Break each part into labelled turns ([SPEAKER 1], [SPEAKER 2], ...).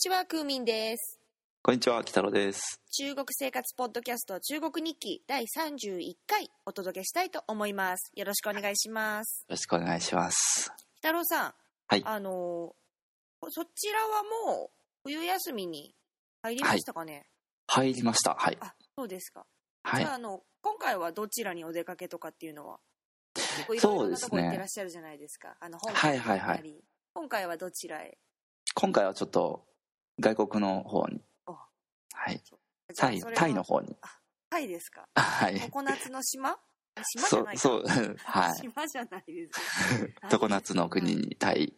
[SPEAKER 1] ちは、クーミンです。
[SPEAKER 2] こんにちは、北野です。
[SPEAKER 1] 中国生活ポッドキャスト中国日記第31回お届けしたいと思います。よろしくお願いします。
[SPEAKER 2] よろしくお願いします。
[SPEAKER 1] 太郎さん、
[SPEAKER 2] はい
[SPEAKER 1] あのーそちらはもう冬休みに入りましたかね、
[SPEAKER 2] 入りました。はい。
[SPEAKER 1] そうですか。
[SPEAKER 2] は
[SPEAKER 1] じ
[SPEAKER 2] い
[SPEAKER 1] ゃあ、。あの、今回はどちらにお出かけとかっていうのは結構いろ
[SPEAKER 2] そ
[SPEAKER 1] ん
[SPEAKER 2] う
[SPEAKER 1] な
[SPEAKER 2] で
[SPEAKER 1] と
[SPEAKER 2] す
[SPEAKER 1] こ
[SPEAKER 2] ね
[SPEAKER 1] 行ってらっしゃるじゃないですか。あの、香港
[SPEAKER 2] はいはいは
[SPEAKER 1] 行
[SPEAKER 2] い
[SPEAKER 1] ったり今回はどちらへ
[SPEAKER 2] 今回はちょっと外国の方に
[SPEAKER 1] あ。
[SPEAKER 2] はい。
[SPEAKER 1] じゃあ
[SPEAKER 2] タイ
[SPEAKER 1] それ、は
[SPEAKER 2] タイの方に。
[SPEAKER 1] タイですか。
[SPEAKER 2] はい。
[SPEAKER 1] 常夏の島島じ
[SPEAKER 2] そ
[SPEAKER 1] ゃ
[SPEAKER 2] う
[SPEAKER 1] な、いか
[SPEAKER 2] そう、はい。
[SPEAKER 1] 島じゃないです。
[SPEAKER 2] 常夏の国に、タイ、微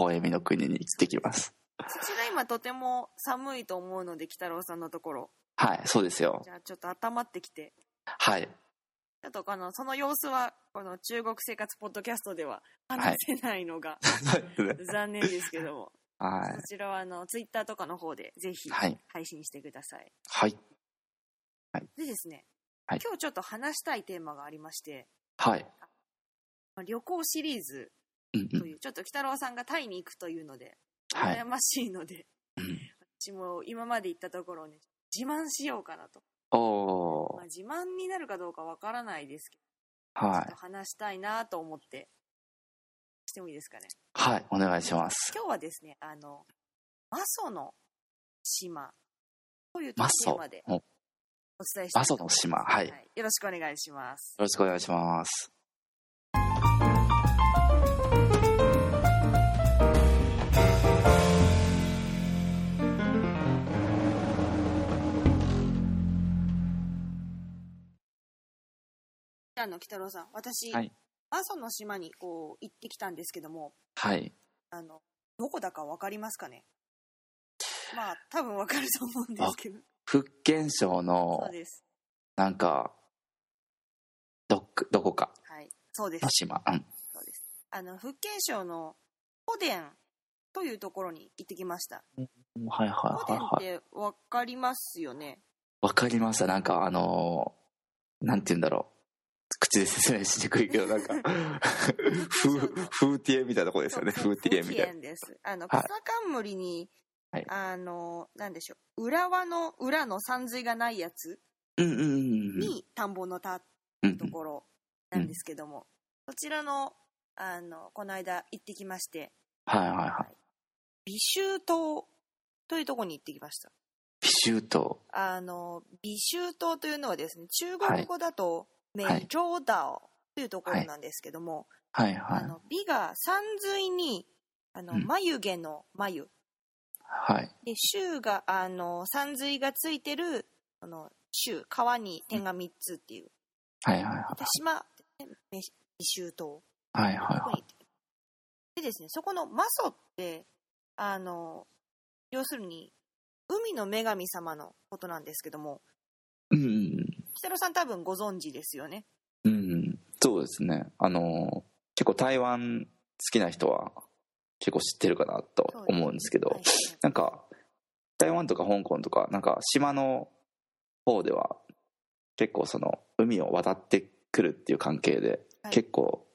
[SPEAKER 2] 笑みの国に行ってきます。
[SPEAKER 1] そちら今とても寒いと思うので、鬼太郎さんのところ。
[SPEAKER 2] はい、そうですよ
[SPEAKER 1] じ。ゃあちょっと温まってきて。
[SPEAKER 2] はい。
[SPEAKER 1] あと、あの、その様子は、この中国生活ポッドキャストでは話せないのが、
[SPEAKER 2] そうですね
[SPEAKER 1] 残念ですけども、
[SPEAKER 2] は
[SPEAKER 1] そちらはあの、ツイッターとかの方でぜひ
[SPEAKER 2] い。はい。
[SPEAKER 1] 配信してください。
[SPEAKER 2] はい。
[SPEAKER 1] でですね、
[SPEAKER 2] はい
[SPEAKER 1] 今日ちょっと話したいテーマがありまして、
[SPEAKER 2] はい。
[SPEAKER 1] まあ旅行シリーズ
[SPEAKER 2] うんう
[SPEAKER 1] と
[SPEAKER 2] ん。
[SPEAKER 1] いう、ちょっと鬼太郎さんがタイに行くというので、
[SPEAKER 2] はい
[SPEAKER 1] 羨。ましいので、
[SPEAKER 2] うん
[SPEAKER 1] 私も今まで行ったところをね、自慢しようかなと。
[SPEAKER 2] お
[SPEAKER 1] まあ、
[SPEAKER 2] ー。
[SPEAKER 1] 自慢になるかどうかわからないですけど、
[SPEAKER 2] は
[SPEAKER 1] ちょ
[SPEAKER 2] い
[SPEAKER 1] っと。話したいなと思って、してもいいですかね。
[SPEAKER 2] はい。お願いします。
[SPEAKER 1] 今日はですね、あの、マソの島というテ
[SPEAKER 2] マ
[SPEAKER 1] ー
[SPEAKER 2] ソ
[SPEAKER 1] マで。
[SPEAKER 2] およ
[SPEAKER 1] お伝えしていきたいと思います
[SPEAKER 2] マソの島はい
[SPEAKER 1] よろしくお願いします。
[SPEAKER 2] ろしくお願いします。
[SPEAKER 1] あの、鬼太郎さん、私、
[SPEAKER 2] はい
[SPEAKER 1] マソの島にこう行ってきたんですけども、
[SPEAKER 2] はい。
[SPEAKER 1] あの、どこだかわかりますかねまあ、多分わかると思うんですけど。
[SPEAKER 2] 福建省の
[SPEAKER 1] そう、です。
[SPEAKER 2] なんか、どっか、どこか
[SPEAKER 1] はい。そうです
[SPEAKER 2] の。島。うん。
[SPEAKER 1] そうです。あの、福建省の保田というところに行ってきました。
[SPEAKER 2] はい
[SPEAKER 1] 保
[SPEAKER 2] はい
[SPEAKER 1] 田
[SPEAKER 2] はい
[SPEAKER 1] っ
[SPEAKER 2] は
[SPEAKER 1] て
[SPEAKER 2] い。
[SPEAKER 1] わかりますよね。
[SPEAKER 2] わかりました。なんかあのーなんて言うんだろう。口で説明しにくいけど、なん か、フー、フーティエみたいなとこですよね。
[SPEAKER 1] そ
[SPEAKER 2] フ
[SPEAKER 1] う
[SPEAKER 2] ーティエみた
[SPEAKER 1] 福
[SPEAKER 2] いな。
[SPEAKER 1] 建です。あの、
[SPEAKER 2] はい
[SPEAKER 1] 草冠に、
[SPEAKER 2] はい
[SPEAKER 1] あの、なんでしょう。浦和の裏の山水がないやつ
[SPEAKER 2] うんうんうんうん
[SPEAKER 1] に田んぼの田
[SPEAKER 2] う
[SPEAKER 1] と
[SPEAKER 2] ん。
[SPEAKER 1] ころなんですけども、そちらの、あの、この間行ってきまして、
[SPEAKER 2] はいはいはい。
[SPEAKER 1] 美州島というところに行ってきました。
[SPEAKER 2] ピシュート。
[SPEAKER 1] あの、美州島というのはですね、中国語だと、
[SPEAKER 2] い
[SPEAKER 1] メイジョーダオというところなんですけども、
[SPEAKER 2] はいは
[SPEAKER 1] あ
[SPEAKER 2] い。
[SPEAKER 1] の、美が山水に、あの、
[SPEAKER 2] うん
[SPEAKER 1] 眉毛の眉。
[SPEAKER 2] はい。
[SPEAKER 1] で、州が、あの、山水がついてる、あの、州、川に点が3つっていう。
[SPEAKER 2] はいはいはい。
[SPEAKER 1] で、島、美州島。
[SPEAKER 2] はいはいは
[SPEAKER 1] にでですね、そこのマソって、あの、要するに、海の女神様のことなんですけども、
[SPEAKER 2] い。うんうん
[SPEAKER 1] 北野さん多分ご存知ですよね。
[SPEAKER 2] うん。うん。そうですね。あのー結構台湾好きな人は結構知ってるかなと思うんですけど。
[SPEAKER 1] はいはい
[SPEAKER 2] なんか台湾とか香港とかなんか島の方では結構その海を渡ってくるっていう関係で
[SPEAKER 1] はい
[SPEAKER 2] 結構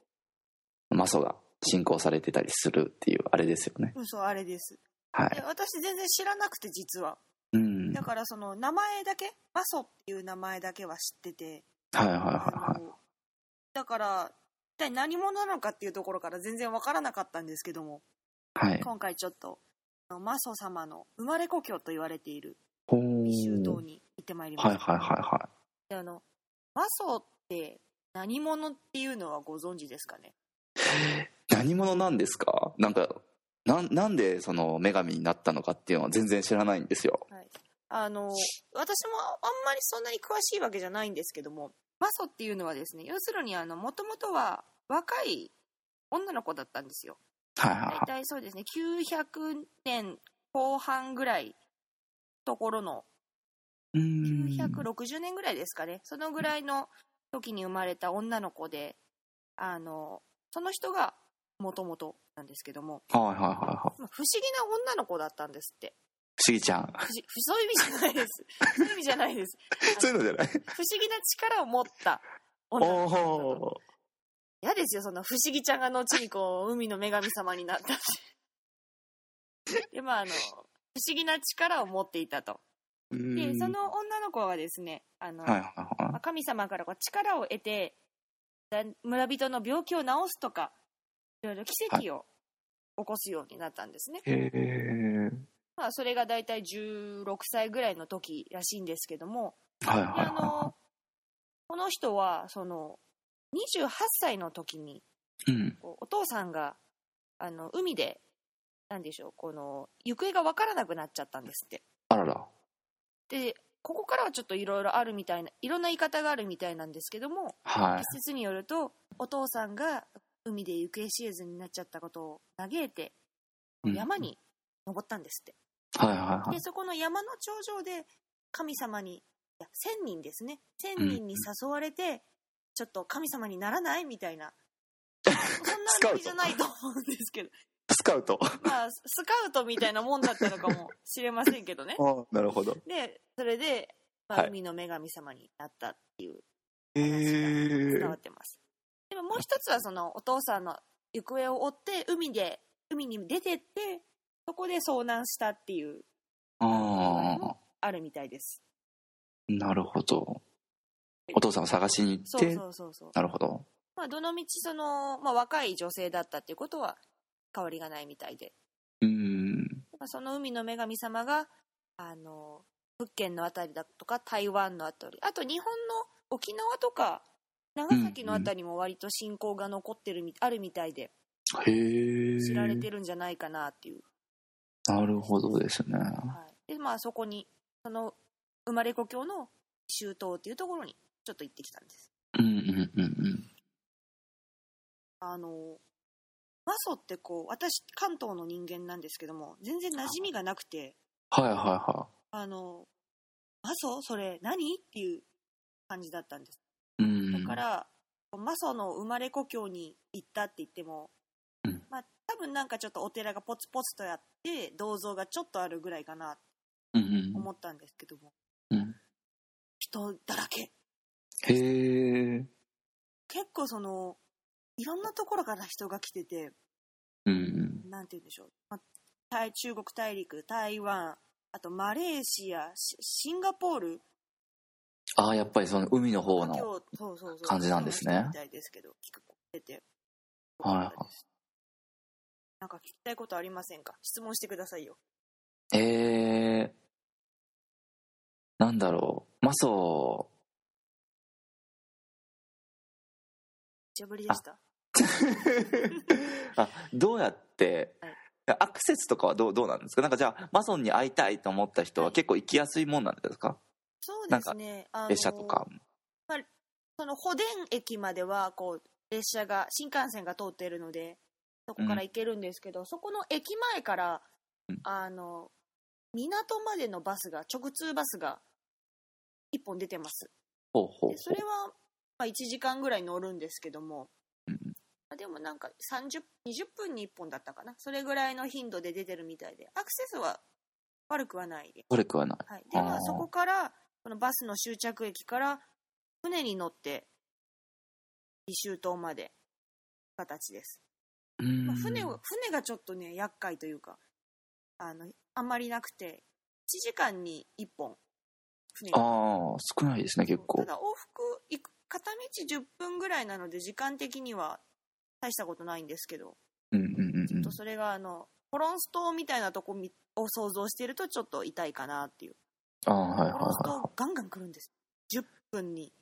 [SPEAKER 2] マソが進行されてたりするっていうあれですよね
[SPEAKER 1] うん、そう、あれです。
[SPEAKER 2] は
[SPEAKER 1] で
[SPEAKER 2] い
[SPEAKER 1] 私全然知らなくて、実は。
[SPEAKER 2] うん
[SPEAKER 1] だから、その、名前だけ、マソっていう名前だけは知ってて、
[SPEAKER 2] はいはいはい
[SPEAKER 1] あ
[SPEAKER 2] はい
[SPEAKER 1] のだから、一体何者なのかっていうところから全然わからなかったんですけども、
[SPEAKER 2] はい
[SPEAKER 1] 今回ちょっと、あのマソ様の生まれ故郷と言われている
[SPEAKER 2] ほー
[SPEAKER 1] 美州島に行ってまいりまし
[SPEAKER 2] はい
[SPEAKER 1] た。
[SPEAKER 2] はいはいは
[SPEAKER 1] であの、マソって何者っていうのはご存知ですかね
[SPEAKER 2] い何者なんですかなんかなんなんでその女神になったのかっていうのは全然知らないんですよ
[SPEAKER 1] あの私もあんまりそんなに詳しいわけじゃないんですけどもマソっていうのはですね要するにもともとは若い女の子だったんですよ
[SPEAKER 2] はいはい
[SPEAKER 1] 大
[SPEAKER 2] はい
[SPEAKER 1] 体そうですね900年後半ぐらいところの
[SPEAKER 2] うーん
[SPEAKER 1] 960年ぐらいですかねそのぐらいの時に生まれた女の子であのその人がもともとなんですけども
[SPEAKER 2] はいはいはいはい
[SPEAKER 1] まあ不思議な女の子だったんですって
[SPEAKER 2] 不思議ちゃん
[SPEAKER 1] 不思議 そういう意味じゃないですそういう意味じゃないです
[SPEAKER 2] そういうのじゃない
[SPEAKER 1] 不思議な力を持った女の子だったと
[SPEAKER 2] お
[SPEAKER 1] 嫌ですよその不思議ちゃんが後にこう海の女神様になったし でまああの不思議な力を持っていたと。
[SPEAKER 2] うん
[SPEAKER 1] で、その女の子はですね、あの、
[SPEAKER 2] はいはい
[SPEAKER 1] ま
[SPEAKER 2] は
[SPEAKER 1] あ神様からこう力を得て、だ村人の病気を治すとか、いろいろ奇跡を起こすようになったんですね。
[SPEAKER 2] い。へえ。
[SPEAKER 1] まあ、それが大体16歳ぐらいの時らしいんですけども、
[SPEAKER 2] はいはい
[SPEAKER 1] であ
[SPEAKER 2] は
[SPEAKER 1] のこの人はその28歳の時に
[SPEAKER 2] い。うん。
[SPEAKER 1] こうお父さんがあの海でなんでしょうこの行方が分からなくなっちゃったんですって
[SPEAKER 2] あらら。
[SPEAKER 1] でここからはちょっといろいろあるみたいないろんな言い方があるみたいなんですけども
[SPEAKER 2] はい
[SPEAKER 1] 一。説によるとお父さんが海で行方知れずになっちゃったことを嘆いて
[SPEAKER 2] うん
[SPEAKER 1] 山に登ったんですって
[SPEAKER 2] はいはいは
[SPEAKER 1] で
[SPEAKER 2] い。
[SPEAKER 1] そこの山の頂上で神様にいや1000人ですね1000人に誘われて、ちょっと神様にならないみたい なそんなノリじゃないと思うんですけど
[SPEAKER 2] スカウト。
[SPEAKER 1] まあスカウトみたいなもんだったのかもしれませんけど ね
[SPEAKER 2] あなるほど。
[SPEAKER 1] でそれで、まあ
[SPEAKER 2] はい
[SPEAKER 1] 海の女神様になったっていう
[SPEAKER 2] へえ
[SPEAKER 1] 伝わ。ってます、でももう一つはそのお父さんの行方を追って海で海に出てってそこで遭難したっていう
[SPEAKER 2] ああ。
[SPEAKER 1] あるみたいです
[SPEAKER 2] なるほど。お父さんを探しに行っ
[SPEAKER 1] そう
[SPEAKER 2] て。
[SPEAKER 1] そうそうそう
[SPEAKER 2] なるほど。
[SPEAKER 1] まあ、どのみちその、まあ、若い女性だったっていうことは変わりがないみたいで、
[SPEAKER 2] うん。
[SPEAKER 1] まあ、その海の女神様があの福建のあたりだとか台湾のあたりあと日本の沖縄とか長崎のあたりも割と信仰が残ってるみ、あるみたいで
[SPEAKER 2] へえ。
[SPEAKER 1] 知られてるんじゃないかなっていう、
[SPEAKER 2] なるほどですね。
[SPEAKER 1] はい、でまあそこにその生まれ故郷の周東っていうところにちょっと行ってきたんです
[SPEAKER 2] うんうんうんうん。
[SPEAKER 1] あのマソってこう私関東の人間なんですけども全然馴染みがなくて
[SPEAKER 2] はいはいは
[SPEAKER 1] あのマソそれ何っていう感じだったんです
[SPEAKER 2] い。うん。
[SPEAKER 1] だから、マソの生まれ故郷に行ったって言っても、
[SPEAKER 2] うん
[SPEAKER 1] まあ多分なんかちょっとお寺がポツポツとやって銅像がちょっとあるぐらいかなと
[SPEAKER 2] うんうん
[SPEAKER 1] 思ったんですけども、
[SPEAKER 2] うん
[SPEAKER 1] 人だらけ
[SPEAKER 2] へえ。
[SPEAKER 1] 結構そのいろんなところから人が来てて、
[SPEAKER 2] うんうん。
[SPEAKER 1] なんて言うんでしょう、まあ、タイ中国大陸、台湾、あとマレーシア、シシンガポール、
[SPEAKER 2] ああ、やっぱりその海の方
[SPEAKER 1] 華
[SPEAKER 2] の。
[SPEAKER 1] 僑そうそうそう
[SPEAKER 2] 感じなんですね
[SPEAKER 1] 華僑の人みたいですけど、聞く出て、
[SPEAKER 2] はい
[SPEAKER 1] なんか聞きたいことありませんか質問してくださいよ。
[SPEAKER 2] えー、なんだろう。マソ
[SPEAKER 1] ジャブリでした。
[SPEAKER 2] あ、どうやって
[SPEAKER 1] はい、
[SPEAKER 2] アクセスとかはどうどうなんですかなんかじゃあ、マソンに会いたいと思った人は結構行きやすいもんなんですか
[SPEAKER 1] そうですね。あの
[SPEAKER 2] 列車とか。
[SPEAKER 1] その保田駅まではこう列車が新幹線が通っているのでそこから行けるんですけど、そこの駅前から、
[SPEAKER 2] うん
[SPEAKER 1] あの港までのバスが直通バスが1本出てます
[SPEAKER 2] ほうほうほ
[SPEAKER 1] でそれは、まあ、1時間ぐらい乗るんですけども、
[SPEAKER 2] うん
[SPEAKER 1] まあでもなんか30 20分に1本だったかなそれぐらいの頻度で出てるみたいでアクセスは悪くはないです
[SPEAKER 2] う。悪くはない。
[SPEAKER 1] はい、でま
[SPEAKER 2] あ
[SPEAKER 1] あ
[SPEAKER 2] ー
[SPEAKER 1] そこからこのバスの終着駅から船に乗って履修島まで形です、
[SPEAKER 2] うん
[SPEAKER 1] まあ、船を船がちょっとね厄介というかあのあんまりなくて1時間に1本船が
[SPEAKER 2] ああ、少ないですね、結
[SPEAKER 1] た
[SPEAKER 2] 構。
[SPEAKER 1] だ往復行く片道10分ぐらいなので時間的には大したことないんですけど
[SPEAKER 2] うんうんうん
[SPEAKER 1] ちょ
[SPEAKER 2] う
[SPEAKER 1] っ
[SPEAKER 2] ん
[SPEAKER 1] と。それがあのコロンス島みたいなとこみを想像してるとちょっと痛いかなっていう
[SPEAKER 2] ああ、はいはい
[SPEAKER 1] コロンス
[SPEAKER 2] はい。
[SPEAKER 1] 島ガンガン来るんです10分に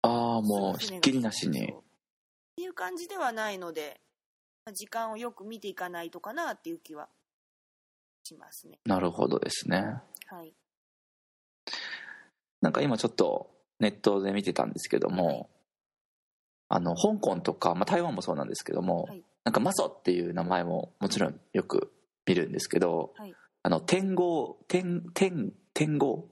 [SPEAKER 2] ああ、もう、ひっきりなしに
[SPEAKER 1] そう。っていう感じではないので、まあ時間をよく見ていかないとかなっていう気はしますね。
[SPEAKER 2] なるほどですね。
[SPEAKER 1] はい。
[SPEAKER 2] なんか今ちょっとネットで見てたんですけども、あの香港とか、まあ、台湾もそうなんですけども、
[SPEAKER 1] はい
[SPEAKER 2] なんかマソっていう名前ももちろんよく見るんですけど、
[SPEAKER 1] はい
[SPEAKER 2] あの天号天天天号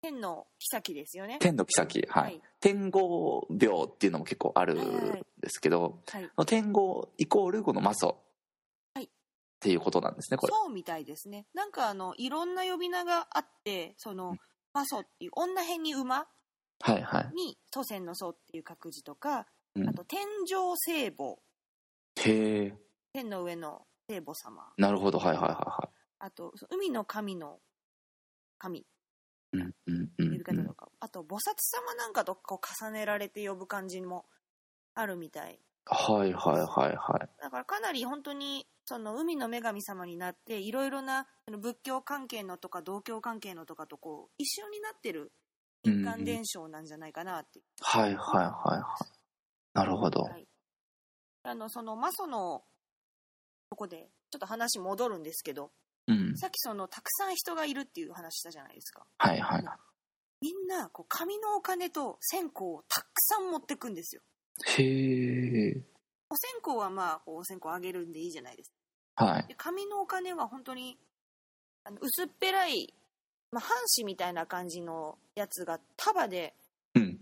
[SPEAKER 1] 天の妃ですよね。
[SPEAKER 2] 天の妃はい、
[SPEAKER 1] はい
[SPEAKER 2] 天号病っていうのも結構あるんですけど、
[SPEAKER 1] はい。
[SPEAKER 2] その天号イコールこのマソ
[SPEAKER 1] はい
[SPEAKER 2] っていうことなんですねこれ。
[SPEAKER 1] そうみたいですね。なんかあの、いろんな呼び名があって、その、馬祖っていう、女辺に馬
[SPEAKER 2] はいはい。
[SPEAKER 1] に祖先の祖っていう格字とか、
[SPEAKER 2] うん
[SPEAKER 1] あと天上聖母、
[SPEAKER 2] へえ
[SPEAKER 1] 天の上の聖母様。
[SPEAKER 2] なるほどはいはいはいは
[SPEAKER 1] あとその海の神の神
[SPEAKER 2] うんうんうん
[SPEAKER 1] 呼び
[SPEAKER 2] う
[SPEAKER 1] 方
[SPEAKER 2] ん
[SPEAKER 1] とか、あと菩薩様なんかとこう重ねられて呼ぶ感じもあるみたい
[SPEAKER 2] はいはいはいはい
[SPEAKER 1] だからかなり本当にその海の女神様になっていろいろなその仏教関係のとか道教関係のとかとこう一緒になってる一貫伝承なんじゃないかなっていう
[SPEAKER 2] はいはいはいはいなるほど
[SPEAKER 1] はい、あのそのマソのとこでちょっと話戻るんですけど
[SPEAKER 2] うん
[SPEAKER 1] さっきそのたくさん人がいるっていう話したじゃないですか
[SPEAKER 2] はいはい
[SPEAKER 1] みんなこう紙のお金と線香をたくさん持ってくんですよ
[SPEAKER 2] へえ
[SPEAKER 1] お線香はまあこうお線香あげるんでいいじゃないですか
[SPEAKER 2] はい
[SPEAKER 1] で紙のお金は本当にあの薄っぺらい、まあ、半紙みたいな感じのやつが束で
[SPEAKER 2] うん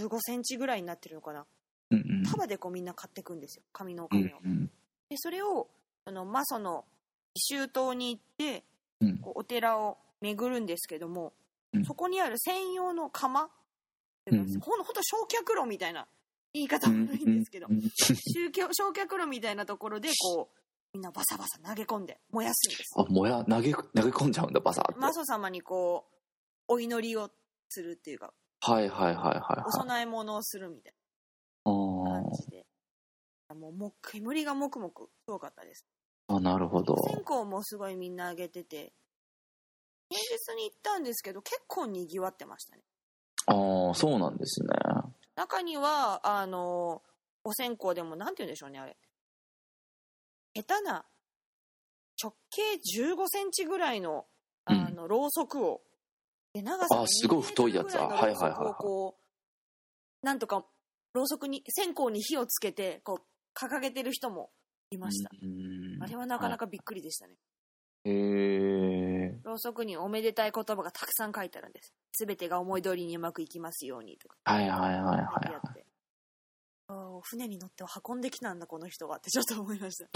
[SPEAKER 1] 1 5センチぐらいになってるのかな
[SPEAKER 2] うんうん
[SPEAKER 1] 束でこうみんな買ってくんですよ紙のお
[SPEAKER 2] う
[SPEAKER 1] 金を
[SPEAKER 2] ん、うん
[SPEAKER 1] でそれをそのマソの紀州島に行って
[SPEAKER 2] うん
[SPEAKER 1] こうお寺を巡るんですけども、
[SPEAKER 2] うん
[SPEAKER 1] そこにある専用の釜、
[SPEAKER 2] うん
[SPEAKER 1] ほんほんと焼却炉みたいな言い方もないんですけど、
[SPEAKER 2] うんうん
[SPEAKER 1] 宗教焼却炉みたいなところでこうみんなバサバサ投げ込んで燃やすんです
[SPEAKER 2] あもや投げ投げ込んじゃうんだバサッと
[SPEAKER 1] マソ様にこうお祈りをするっていうか
[SPEAKER 2] はいはいはいはい
[SPEAKER 1] お
[SPEAKER 2] はい
[SPEAKER 1] 供え物をするみたい
[SPEAKER 2] あ
[SPEAKER 1] な感
[SPEAKER 2] ー
[SPEAKER 1] じで、もうもう煙がもくもくすごかったです
[SPEAKER 2] あなるほど
[SPEAKER 1] 線香もすごいみんなあげてて平日に行ったんですけど結構にぎわってましたね
[SPEAKER 2] ああそうなんですね
[SPEAKER 1] 中にはあのお線香でもなんて言うんでしょうねあれ下手な直径1 5センチぐらいのあの、ろうそくをで長さが
[SPEAKER 2] あすごい
[SPEAKER 1] 2メー
[SPEAKER 2] 太
[SPEAKER 1] ト
[SPEAKER 2] い
[SPEAKER 1] ル
[SPEAKER 2] や
[SPEAKER 1] ぐ
[SPEAKER 2] つ
[SPEAKER 1] ら
[SPEAKER 2] だ
[SPEAKER 1] いのろうそくを
[SPEAKER 2] はいはいはいはい
[SPEAKER 1] こうなんとかろうそくに線香に火をつけてこう掲げてる人もいました、
[SPEAKER 2] うん
[SPEAKER 1] あれはなかなかびっくりでしたね
[SPEAKER 2] へえ
[SPEAKER 1] ろうそくにおめでたい言葉がたくさん書いてあるんです。すべてが思い通りにうまくいきますようにとか
[SPEAKER 2] はいはいはい
[SPEAKER 1] 書い
[SPEAKER 2] は
[SPEAKER 1] て
[SPEAKER 2] い
[SPEAKER 1] あって。ああ船に乗って運んできたんだこの人はってちょっと思いま した。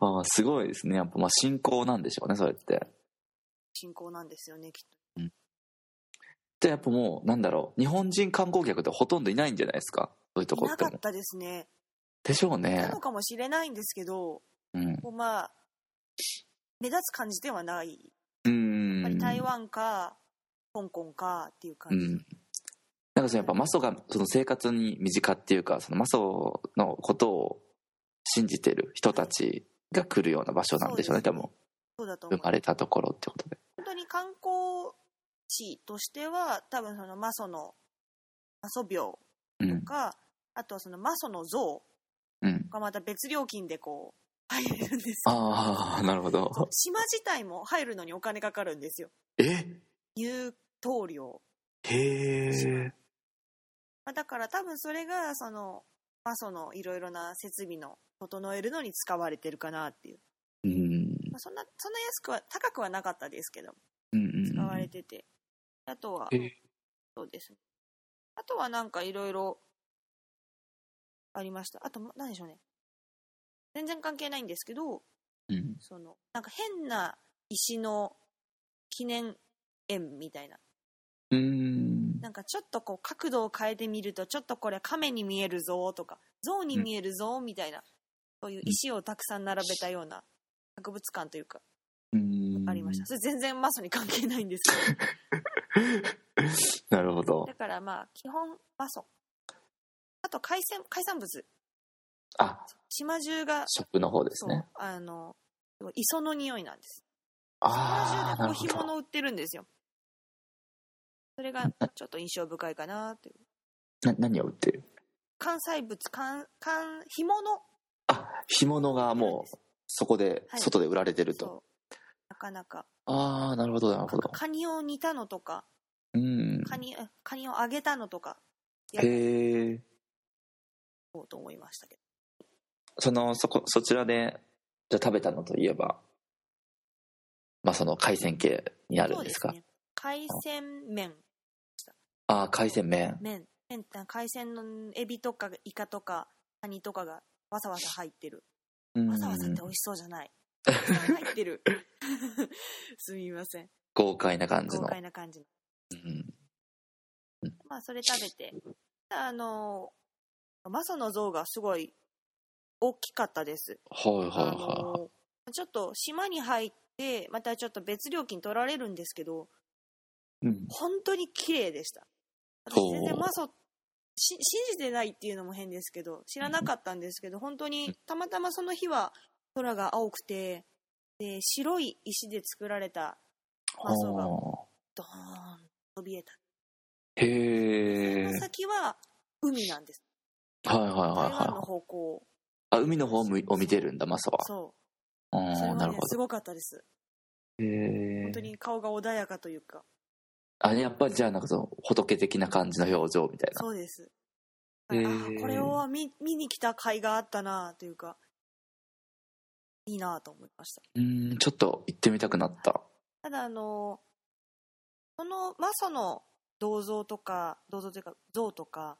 [SPEAKER 2] あーすごいですねやっぱまあ信仰なんでしょうねそれって
[SPEAKER 1] 信仰なんですよねきっ
[SPEAKER 2] じゃあやっぱもうなんだろう日本人観光客ってほとんどいないんじゃないですかそういうと
[SPEAKER 1] と。
[SPEAKER 2] こ
[SPEAKER 1] い
[SPEAKER 2] っ
[SPEAKER 1] な
[SPEAKER 2] て
[SPEAKER 1] か
[SPEAKER 2] も
[SPEAKER 1] ったですね。
[SPEAKER 2] でしょう
[SPEAKER 1] な
[SPEAKER 2] ね
[SPEAKER 1] のかもしれないんですけど、
[SPEAKER 2] うん
[SPEAKER 1] こうまあ目立つ感じではない。
[SPEAKER 2] うん
[SPEAKER 1] やっぱり台湾か香港かっていう
[SPEAKER 2] う
[SPEAKER 1] 感じ。
[SPEAKER 2] んなんかそのやっぱマソがその生活に身近っていうかそのマソのことを信じてる人たちが来るような場所なんでしょうね
[SPEAKER 1] そ
[SPEAKER 2] 多
[SPEAKER 1] うですね
[SPEAKER 2] 分
[SPEAKER 1] そうだと思
[SPEAKER 2] 生
[SPEAKER 1] う。
[SPEAKER 2] まれたところってことで
[SPEAKER 1] 本当に観光地としては多分そのマソのマソ廟
[SPEAKER 2] うん
[SPEAKER 1] とか、あとはそのマソの像
[SPEAKER 2] うん
[SPEAKER 1] がまた別料金でこう入れるんですよ
[SPEAKER 2] ああなるほど
[SPEAKER 1] そう島自体も入るのにお金かかるんですよ
[SPEAKER 2] え
[SPEAKER 1] 入島料、
[SPEAKER 2] へえ
[SPEAKER 1] まあ、だから多分それがそのマソのいろいろな設備の整えるのに使われてるかなっていう、
[SPEAKER 2] うん
[SPEAKER 1] まあ、そんなそんな安くは高くはなかったですけど
[SPEAKER 2] うんうん
[SPEAKER 1] 使われてて、あとは
[SPEAKER 2] えー
[SPEAKER 1] そうですねあとはなんかいろいろありましたあと何でしょうね全然関係ないんですけど
[SPEAKER 2] うん
[SPEAKER 1] そのなんか変な石の記念園みたいな
[SPEAKER 2] うん
[SPEAKER 1] なんかちょっとこう角度を変えてみるとちょっとこれ亀に見えるぞとか象に見えるぞみたいな、そういう石をたくさん並べたような博物館というか
[SPEAKER 2] うん
[SPEAKER 1] ありましたそれ全然マスに関係ないんですけど
[SPEAKER 2] なるほど
[SPEAKER 1] だからまあ基本マソあと海鮮海産物
[SPEAKER 2] あ
[SPEAKER 1] 島中が
[SPEAKER 2] ショップの方です
[SPEAKER 1] そう
[SPEAKER 2] ね
[SPEAKER 1] あのすごい磯の匂いなんです
[SPEAKER 2] ああな
[SPEAKER 1] 島中
[SPEAKER 2] る
[SPEAKER 1] でこ
[SPEAKER 2] ほ
[SPEAKER 1] う干
[SPEAKER 2] ど
[SPEAKER 1] 物売ってるんですよそれがちょっと印象深いかなという
[SPEAKER 2] な何を売ってる
[SPEAKER 1] 関西物関関干物
[SPEAKER 2] あ干物がもうそこで
[SPEAKER 1] はい
[SPEAKER 2] 外で売られてると、
[SPEAKER 1] そうなかなか
[SPEAKER 2] ああなるほどなるほど
[SPEAKER 1] カニを煮たのとか
[SPEAKER 2] うん
[SPEAKER 1] カニえカニを揚げたのとかやろ
[SPEAKER 2] へえ
[SPEAKER 1] うと思いましたけど
[SPEAKER 2] そのそこそちらでじゃあ食べたのといえばまあその海鮮系になるんですか
[SPEAKER 1] そうね海鮮麺
[SPEAKER 2] ああ海鮮麺
[SPEAKER 1] 麺麺って海鮮のエビとかイカとかカニとかがわさわさ入ってる
[SPEAKER 2] うん
[SPEAKER 1] わさわさって美味しそうじゃ ないたくさん入ってる すみません
[SPEAKER 2] 豪快な感じ
[SPEAKER 1] 豪
[SPEAKER 2] の
[SPEAKER 1] 快な感じの
[SPEAKER 2] うん
[SPEAKER 1] まあそれ食べてあのマサの像がすごい大きかったです
[SPEAKER 2] はいはい
[SPEAKER 1] あ
[SPEAKER 2] は
[SPEAKER 1] のちょっと島に入ってまたちょっと別料金取られるんですけど
[SPEAKER 2] うん
[SPEAKER 1] 本当に綺麗でした
[SPEAKER 2] ほ
[SPEAKER 1] 私
[SPEAKER 2] う
[SPEAKER 1] 全然マソし信じてないっていうのも変ですけど知らなかったんですけど本当にたまたまその日は空が青くてで白い石で作られたマソが
[SPEAKER 2] ほ
[SPEAKER 1] ドーンとびえた
[SPEAKER 2] うへえ
[SPEAKER 1] その先は海なんです
[SPEAKER 2] はいはいはい
[SPEAKER 1] 台湾の
[SPEAKER 2] はい
[SPEAKER 1] 方向
[SPEAKER 2] あ海の方を向を見てるんだマサは
[SPEAKER 1] そううそれ
[SPEAKER 2] ん
[SPEAKER 1] は
[SPEAKER 2] なる
[SPEAKER 1] ね
[SPEAKER 2] ほ
[SPEAKER 1] すごかったです
[SPEAKER 2] どへ
[SPEAKER 1] 本当
[SPEAKER 2] え
[SPEAKER 1] に顔が穏やかというか
[SPEAKER 2] あやっぱじゃあなんかその仏的な感じの表情みたいな
[SPEAKER 1] そうです。あ
[SPEAKER 2] へー
[SPEAKER 1] ーこれを見見に来た甲斐があったなというか、いいなと思いました。
[SPEAKER 2] うんちょっと行ってみたくなった
[SPEAKER 1] ただ、あの、このマソの銅像とか、銅像というか像とか、
[SPEAKER 2] は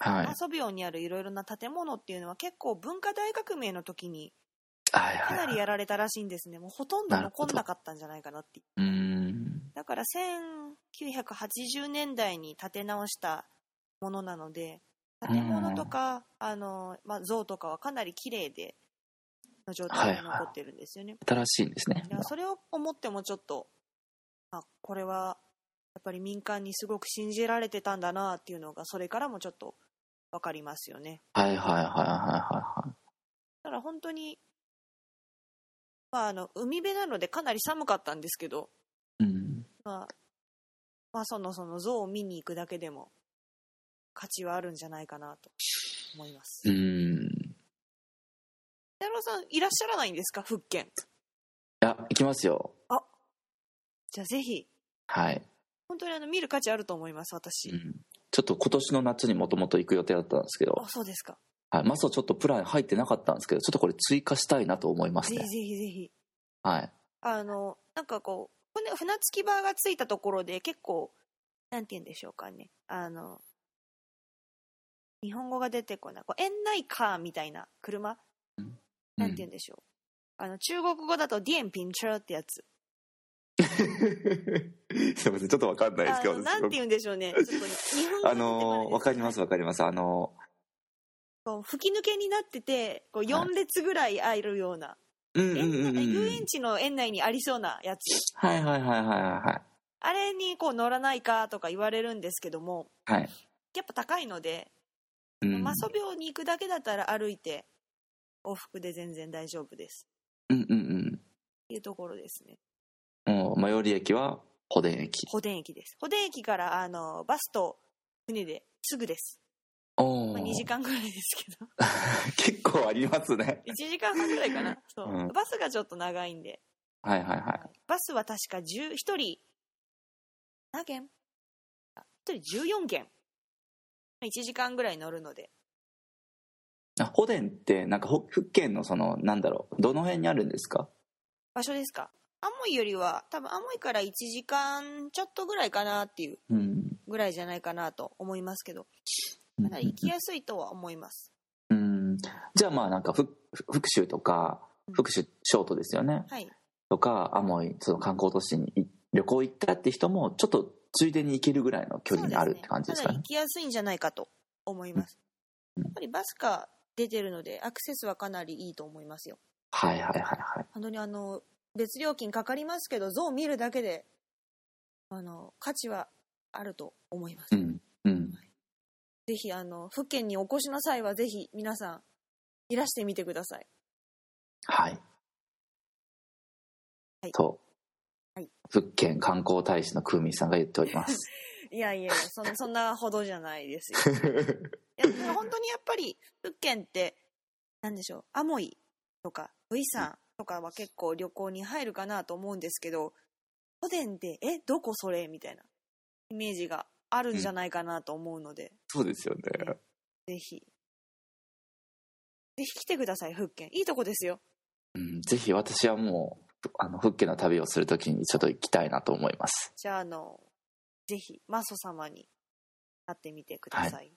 [SPEAKER 1] あ
[SPEAKER 2] い
[SPEAKER 1] とマソ廟にあるいろいろな建物っていうのは結構文化大革命の時に
[SPEAKER 2] はい
[SPEAKER 1] か
[SPEAKER 2] はい
[SPEAKER 1] な
[SPEAKER 2] はい
[SPEAKER 1] りやられたらしいんですね。もうほとんど残んなかったんじゃないかなっていう。
[SPEAKER 2] うん
[SPEAKER 1] だから1980年代に建て直したものなので建物とか、あのまあ、像とかはかなり綺麗での状態
[SPEAKER 2] は
[SPEAKER 1] で
[SPEAKER 2] いはい
[SPEAKER 1] 残ってるんですよね、
[SPEAKER 2] 新しいんです
[SPEAKER 1] だ
[SPEAKER 2] ね
[SPEAKER 1] からそれを思ってもちょっとあこれはやっぱり民間にすごく信じられてたんだなっていうのがそれからもちょっと分かりますよね
[SPEAKER 2] はいはいはいはいはいはい
[SPEAKER 1] だから本当に、まあ、あの海辺なのでかなり寒かったんですけど、
[SPEAKER 2] うん
[SPEAKER 1] まあ、まあそのその像を見に行くだけでも価値はあるんじゃないかなと思います。
[SPEAKER 2] う
[SPEAKER 1] 太
[SPEAKER 2] ん
[SPEAKER 1] 郎さんいらっしゃらないんですか福建。
[SPEAKER 2] いや行きますよ
[SPEAKER 1] じゃあぜひ
[SPEAKER 2] はい、
[SPEAKER 1] 本当にあの見る価値あると思います私。
[SPEAKER 2] うんちょっと今年の夏にもともと行く予定だったんですけど
[SPEAKER 1] あ、そうですか。
[SPEAKER 2] はい、マソちょっとプラン入ってなかったんですけどちょっとこれ追加したいなと思います
[SPEAKER 1] ぜひぜ
[SPEAKER 2] ね
[SPEAKER 1] ひぜひ
[SPEAKER 2] はい
[SPEAKER 1] あのなんかこう船船着き場がついたところで結構なんて言うんでしょうかねあの日本語が出てこないこう園内カーみたいな車なん て言うんでしょう、あの中国語だとディエンピンチャーってやつ。
[SPEAKER 2] うん、すいませんちょっとわかんないです
[SPEAKER 1] あ
[SPEAKER 2] けど
[SPEAKER 1] のなんて言うんでしょう ね。ちょっと日本語。
[SPEAKER 2] あのーわかりますすわかりますあの
[SPEAKER 1] こう吹き抜けになってて、こう四列ぐらいあるような、
[SPEAKER 2] ーうんうんうんう
[SPEAKER 1] 園内遊
[SPEAKER 2] ん
[SPEAKER 1] 園地の園内にありそうなやつ。
[SPEAKER 2] はいはいはいはいは
[SPEAKER 1] あれにこう乗らないかとか言われるんですけども、
[SPEAKER 2] いはい
[SPEAKER 1] やっぱ高いので、
[SPEAKER 2] うん
[SPEAKER 1] マソ病に行くだけだったら歩いて往復で全然大丈夫です。
[SPEAKER 2] うんうん
[SPEAKER 1] っていうところですね。
[SPEAKER 2] うんもう最寄り駅は保田駅
[SPEAKER 1] 保田駅です。保田駅からあのバスと船ですぐです。
[SPEAKER 2] おお、
[SPEAKER 1] まあ、2時間ぐらいですけ ど、
[SPEAKER 2] 結構ありますね
[SPEAKER 1] 1時間半ぐらいかな。そう、
[SPEAKER 2] うん
[SPEAKER 1] バスがちょっと長いんで。
[SPEAKER 2] はいはいはい
[SPEAKER 1] バスは確か10 1人何件あ1人14件1時間ぐらい乗るので
[SPEAKER 2] あ保田ってなんかほ福建のそのなんだろうどの辺にあるんですか
[SPEAKER 1] 場所ですかアモイよりは多分アモイから1時間ちょっとぐらいかなっていう
[SPEAKER 2] うん
[SPEAKER 1] ぐらいじゃないかなと思いますけど
[SPEAKER 2] うん
[SPEAKER 1] かなり行きやすいとは思います
[SPEAKER 2] うんじゃあまあなんか福福州とか
[SPEAKER 1] うん
[SPEAKER 2] 福州ショートですよね、
[SPEAKER 1] はい
[SPEAKER 2] とかアモイその観光都市にい旅行行ったって人もちょっとついでに行けるぐらいの距離にあるって感じです
[SPEAKER 1] そうですねかな
[SPEAKER 2] か
[SPEAKER 1] り
[SPEAKER 2] ね
[SPEAKER 1] 行きやすいんじゃないかと思います
[SPEAKER 2] うん
[SPEAKER 1] やっぱりバスが出てるのでアクセスはかなりいいと思いますよ
[SPEAKER 2] はいはいはいはい
[SPEAKER 1] 本当にあの別料金かかりますけど像を見るだけであの価値はあると思います、
[SPEAKER 2] うんうん
[SPEAKER 1] ぜひあの福建にお越しの際はぜひ皆さんいらしてみてください
[SPEAKER 2] はい、
[SPEAKER 1] はい
[SPEAKER 2] そう、
[SPEAKER 1] はい
[SPEAKER 2] 福建観光大使のクーミンさんが言っております
[SPEAKER 1] いやいやいやそん そんなほどじゃないですよいやでも本当にやっぱり福建ってなんでしょうアモイとかブイサンとかは結構旅行に入るかなと思うんですけど古典ってえどこそれみたいなイメージがあるんじゃないかなと思うので、
[SPEAKER 2] そうですよね
[SPEAKER 1] ぜひ。ぜひ来てください、福建。いいとこですよ。
[SPEAKER 2] うん、ぜひ私はもうあの福建の旅をするときにちょっと行きたいなと思います
[SPEAKER 1] じゃあ、あの、ぜひ、マソ様に会ってみてください。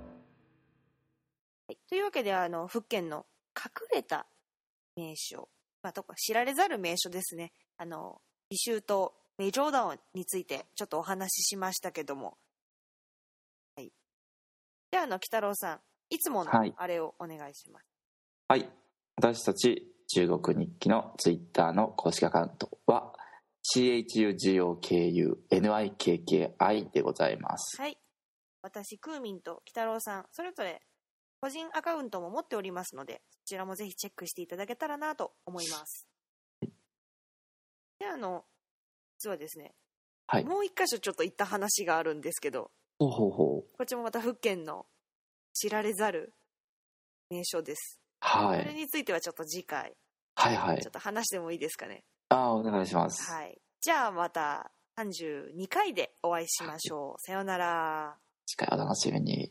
[SPEAKER 1] はいというわけで、あの、福建の隠れた名所、まあ、とか知られざる名所ですね。あの、美州島、メイジョーダンについてちょっとお話ししましたけども。はい。では、あの、鬼太郎さん、いつもの
[SPEAKER 2] はい
[SPEAKER 1] あれをお願いします。
[SPEAKER 2] はい。私たち中国日記のツイッターの公式アカウントは CHUGOKUNIKKI でございます。
[SPEAKER 1] はい。私、クーミンと鬼太郎さん、それぞれ個人アカウントも持っておりますので、そちらもぜひチェックしていただけたらなと思います。で、あの、実はですね、
[SPEAKER 2] はい
[SPEAKER 1] もう一箇所ちょっと行った話があるんですけど、
[SPEAKER 2] ほうほうほう。
[SPEAKER 1] こっちもまた福建の知られざる名所です。
[SPEAKER 2] は
[SPEAKER 1] それ
[SPEAKER 2] い。
[SPEAKER 1] についてはちょっと次回、
[SPEAKER 2] はいはい
[SPEAKER 1] ちょ。っと話してもいいですかね。
[SPEAKER 2] ああ、お願いします。
[SPEAKER 1] はい。じゃあまた32回でお会いしましょう。さようなら。
[SPEAKER 2] 次回お楽しみに。